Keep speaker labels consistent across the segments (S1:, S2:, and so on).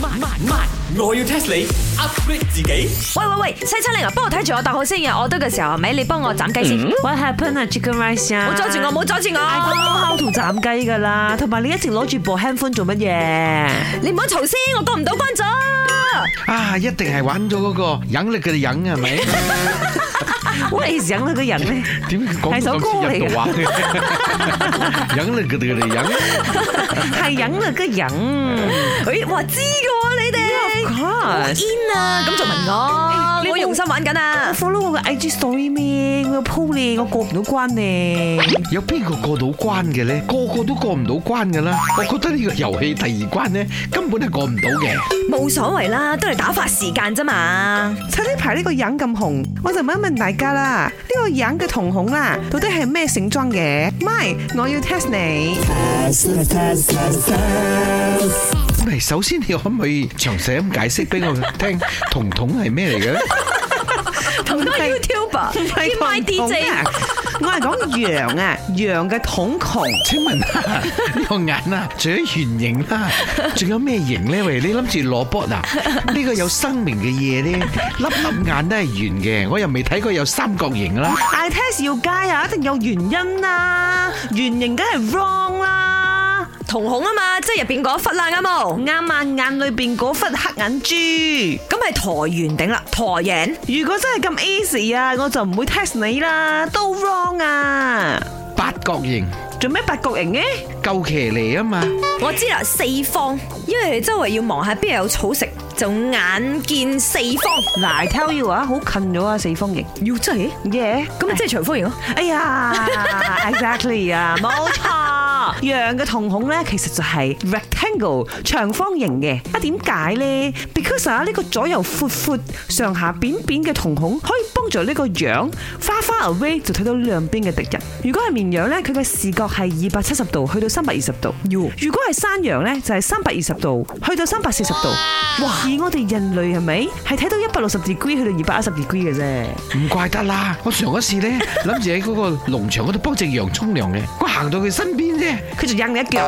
S1: 慢慢，我要 test 你 upgrade 自己。
S2: 喂喂喂，西七零啊，幫我睇住我答好先嘅，我得嘅時候係咪？你幫我斬雞先，唔
S3: What happened 啊，Chicken Rice 啊？
S2: 好阻住我，唔好阻住
S3: 我都
S2: 我，
S3: 烤同斬雞㗎啦，同埋你一直攞住部 handphone 做乜嘢？
S2: 你唔好嘈先，我過唔到關咗。
S4: 啊，一定係玩咗嗰個引力嘅引係 咪？
S3: 我係想嗰個人咧，
S4: 點解講
S3: 係
S4: 到
S3: 首歌
S4: 咁似
S3: 嚟
S4: 印
S3: 嘅
S4: 度話 嘅？引力嘅嘅引，
S3: 係忍啊個人。
S2: 誒，我哎知嘅喎，你哋
S3: Of course，
S2: in 啊，咁仲問我
S3: 你？冇
S2: 我用心玩緊啊
S3: 我！follow 我嘅 IG story 咩？我有 po 你，我過唔到關你。
S4: 有邊個過到關嘅咧？個個都過唔到關㗎啦。我覺得呢個遊戲第二關咧根本係過唔到 嘅。
S2: 冇所謂啦，都係打發時間啫嘛。
S5: 趁呢排呢個人咁紅，我就問一問大家啦，呢、個人嘅瞳孔啦，到底係咩盛裝嘅？咪，我要 test 你。
S4: 喂，首先你可唔可以詳細咁解釋俾我聽，彤彤係咩嚟嘅咧？
S2: 同個 YouTuber 兼 my
S5: 瞳孔
S2: DJ
S5: 啊。我係講羊啊，羊嘅瞳孔。
S4: 請問啊，呢個眼啊，除咗圓形啦，仲有咩形咧？喂，你諗住蘿蔔啊？呢個有生命嘅嘢咧，粒粒眼都係圓嘅，我又未睇過有三角形啦。
S3: I test 要加啊，一定有原因啦，原形梗係 wrong 啦。
S2: 瞳孔啊嘛，即係入邊嗰一忽啦，啱冇？
S3: 啱啊，眼裏邊嗰忽黑眼珠。
S2: 咁係橢圓頂啦，橢形。
S3: 如果真係咁 easy 啊，我就唔會 test 你啦，都 wrong 啊。
S4: 八角形，
S3: 做咩八角形嘅？
S4: 夠騎呢啊嘛，
S2: 我知啦，四方，因為周圍要望下邊有草食，就眼見四方。
S3: 嗱，I tell you 啊，好近咗啊，四方形。
S2: 要真係，
S3: 耶、
S2: 咁啊咪即係長方形咯。
S3: 哎呀，exactly 啊，冇錯。羊嘅瞳孔咧，其實就係 rectangle 長方形嘅。啊，點解咧？Because 啊，呢個左右闊闊、上下扁扁嘅瞳孔，可以幫助呢個羊 far far away 就睇到兩邊嘅敵人。如果係綿羊咧，佢嘅視覺係二百七十度去到三百二十度。如果係山羊咧，就係三百二十度去到三百四十度。哇！而我哋人類係咪係睇到一百六十 degree 去到二百一十 degree 嘅啫？
S4: 唔怪得啦。我上一次咧，諗住喺嗰個農場嗰度幫只羊沖涼嘅，我行到佢身邊啫，
S3: 佢就扔你一腳。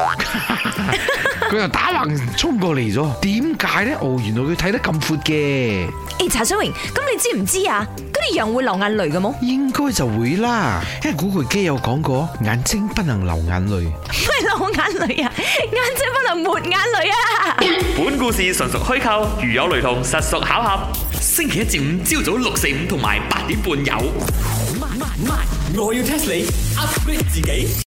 S4: 佢又打橫衝過嚟咗。點解咧？哦，原來佢睇得咁闊嘅，
S2: 誒，查小榮，咁你知唔知啊？嗰啲羊會流眼淚嘅冇？
S4: 應該就會啦。因為古巨基有講過，眼睛不能流眼淚。
S2: 咩流眼淚啊？眼睛不能抹眼淚啊！
S6: 本故事純屬虛構，如有雷同，實屬巧合。星期一至五朝早六四五同埋八點半有。
S1: 慢慢，我要 test 你 upgrade 自己。